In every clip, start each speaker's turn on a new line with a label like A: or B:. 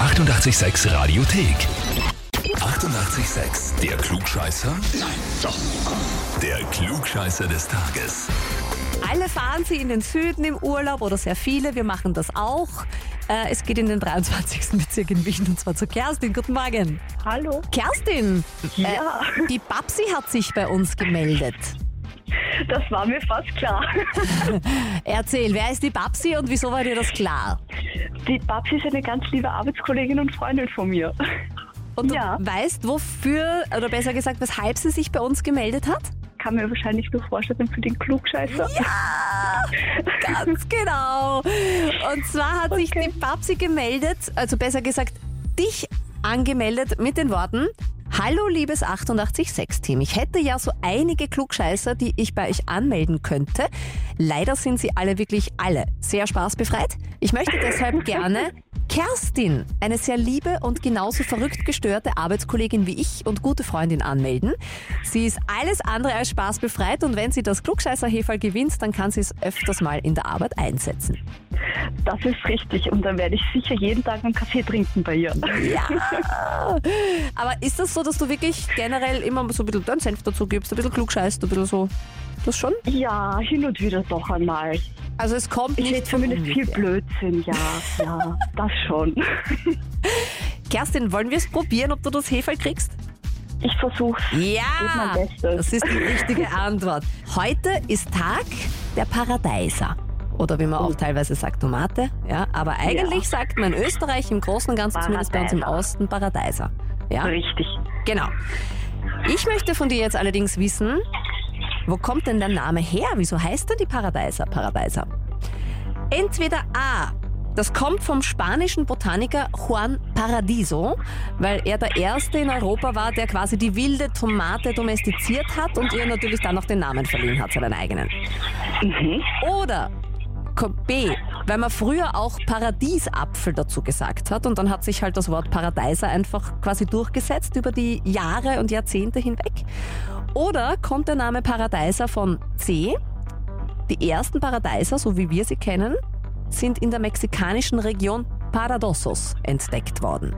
A: 886 Radiothek. 88,6. Der Klugscheißer? Nein, doch. Der Klugscheißer des Tages.
B: Alle fahren sie in den Süden im Urlaub oder sehr viele. Wir machen das auch. Äh, Es geht in den 23. Bezirk in Wien und zwar zu Kerstin. Guten Morgen.
C: Hallo.
B: Kerstin,
C: Ja.
B: äh, die Babsi hat sich bei uns gemeldet.
C: Das war mir fast klar.
B: Erzähl, wer ist die Babsi und wieso war dir das klar?
C: Die Babsi ist eine ganz liebe Arbeitskollegin und Freundin von mir.
B: Und du
C: Ja.
B: weißt, wofür, oder besser gesagt, weshalb sie sich bei uns gemeldet hat?
C: Kann mir wahrscheinlich nur vorstellen für den Klugscheißer.
B: Ja, ganz genau. Und zwar hat sich die Babsi gemeldet, also besser gesagt, dich angemeldet mit den Worten, Hallo liebes 886-Team, ich hätte ja so einige Klugscheißer, die ich bei euch anmelden könnte. Leider sind sie alle wirklich alle sehr spaßbefreit. Ich möchte deshalb gerne Kerstin, eine sehr liebe und genauso verrückt gestörte Arbeitskollegin wie ich und gute Freundin anmelden. Sie ist alles andere als spaßbefreit und wenn sie das Klugscheißer-Heferl gewinnt, dann kann sie es öfters mal in der Arbeit einsetzen.
C: Das ist richtig. Und dann werde ich sicher jeden Tag einen Kaffee trinken bei ihr.
B: Ja! Aber ist das so, dass du wirklich generell immer so ein bisschen deinen Senf dazu gibst, ein bisschen klugscheißt, ein bisschen so? Das schon?
C: Ja, hin und wieder doch einmal.
B: Also es kommt
C: Ich rede
B: nicht von
C: zumindest viel
B: ungefähr.
C: Blödsinn, ja. Ja, das schon.
B: Kerstin, wollen wir es probieren, ob du das Heferl kriegst?
C: Ich versuch's. Gib
B: Ja,
C: mein Bestes.
B: das ist die richtige Antwort. Heute ist Tag der Paradeiser. Oder wie man auch teilweise sagt, Tomate. Ja, aber eigentlich
C: Oh. Ja.
B: sagt man in Österreich im Großen und Ganzen, zumindest bei uns im
C: Paradeiser.
B: Osten, Paradeiser. Ja,
C: Richtig.
B: genau. Ich möchte von dir jetzt allerdings wissen, wo kommt denn der Name her? Wieso heißt denn die Paradeiser Paradeiser? Entweder A. Das kommt vom spanischen Botaniker Juan Paradiso, weil er der Erste in Europa war, der quasi die wilde Tomate domestiziert hat und ihr natürlich dann auch den Namen verliehen hat, seinen eigenen.
C: Mhm.
B: Oder Ko- B, weil man früher auch Paradiesapfel dazu gesagt hat und dann hat sich halt das Wort Paradeiser einfach quasi durchgesetzt über die Jahre und Jahrzehnte hinweg. Oder kommt der Name Paradeiser von C? Die ersten Paradeiser, so wie wir sie kennen, sind in der mexikanischen Region Paradosos entdeckt worden.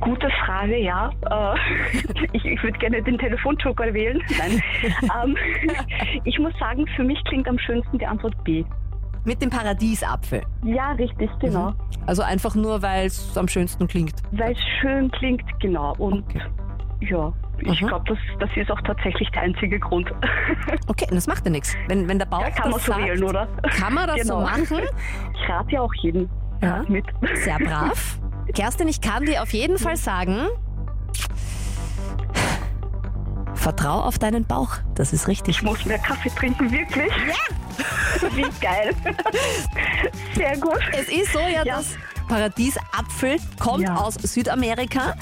C: Gute Frage, ja. Äh, ich ich würde gerne den Telefonjoker wählen. Nein. ähm, ich muss sagen, für mich klingt am schönsten die Antwort B.
B: Mit dem Paradiesapfel.
C: Ja, richtig, genau.
B: Also einfach nur, weil es am schönsten klingt.
C: Weil es schön klingt, genau. Und ja, ich
B: Mhm.
C: glaube, das, das ist auch tatsächlich der einzige Grund.
B: Okay, das macht ja nichts. Wenn, wenn der Bauch
C: Da kann man
B: das
C: so
B: sagt,
C: wählen, oder?
B: kann man das so
C: Genau.
B: machen.
C: Ich rate ja auch jeden
B: Ja.
C: mit.
B: Sehr brav. Kerstin, ich kann dir auf jeden Fall sagen, vertrau auf deinen Bauch. Das ist richtig.
C: Ich muss mehr Kaffee trinken, wirklich. Ja! Wie geil. Sehr gut.
B: Es ist so ja,
C: Ja.
B: dass Paradiesapfel kommt
C: Ja. Mhm.
B: aus Südamerika.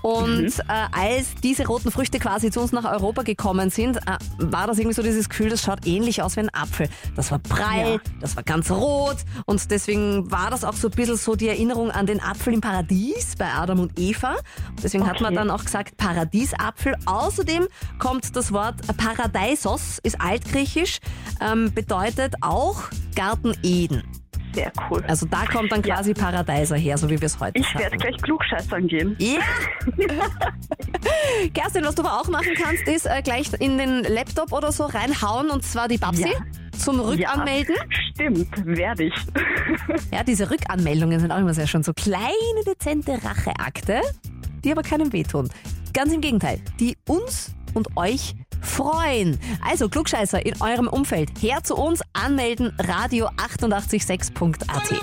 B: Und äh, als diese roten Früchte quasi zu uns nach Europa gekommen sind, äh, war das irgendwie so dieses Gefühl, das schaut ähnlich aus wie ein Apfel. Das war prall,
C: Ja.
B: das war ganz rot und deswegen war das auch so ein bisschen so die Erinnerung an den Apfel im Paradies bei Adam und Eva. Und deswegen hat man
C: Okay.
B: dann auch gesagt Paradiesapfel. Außerdem kommt das Wort Paradeisos, ist altgriechisch, ähm, bedeutet auch Garten Eden.
C: Sehr cool.
B: Also da kommt dann
C: Ja.
B: quasi Paradeiser her, so wie wir es heute
C: Ich werde
B: sagen.
C: gleich klugscheißern gehen.
B: Ja! Kerstin, was du aber auch machen kannst, ist äh, gleich in den Laptop oder so reinhauen und zwar die Babsi zum Rückanmelden.
C: Ja, stimmt, werde ich.
B: Ja. diese Rückanmeldungen sind auch immer sehr schön so kleine, dezente Racheakte, die aber keinem wehtun. Ganz im Gegenteil, die uns und euch freuen. Also Klugscheißer in eurem Umfeld, her zu uns, anmelden, radio 886.at.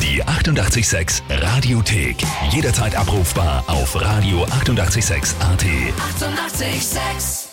A: Die 88,6 Radiothek. Jederzeit abrufbar auf radio886.at. 88,6.
D: Eighty-eight, sex.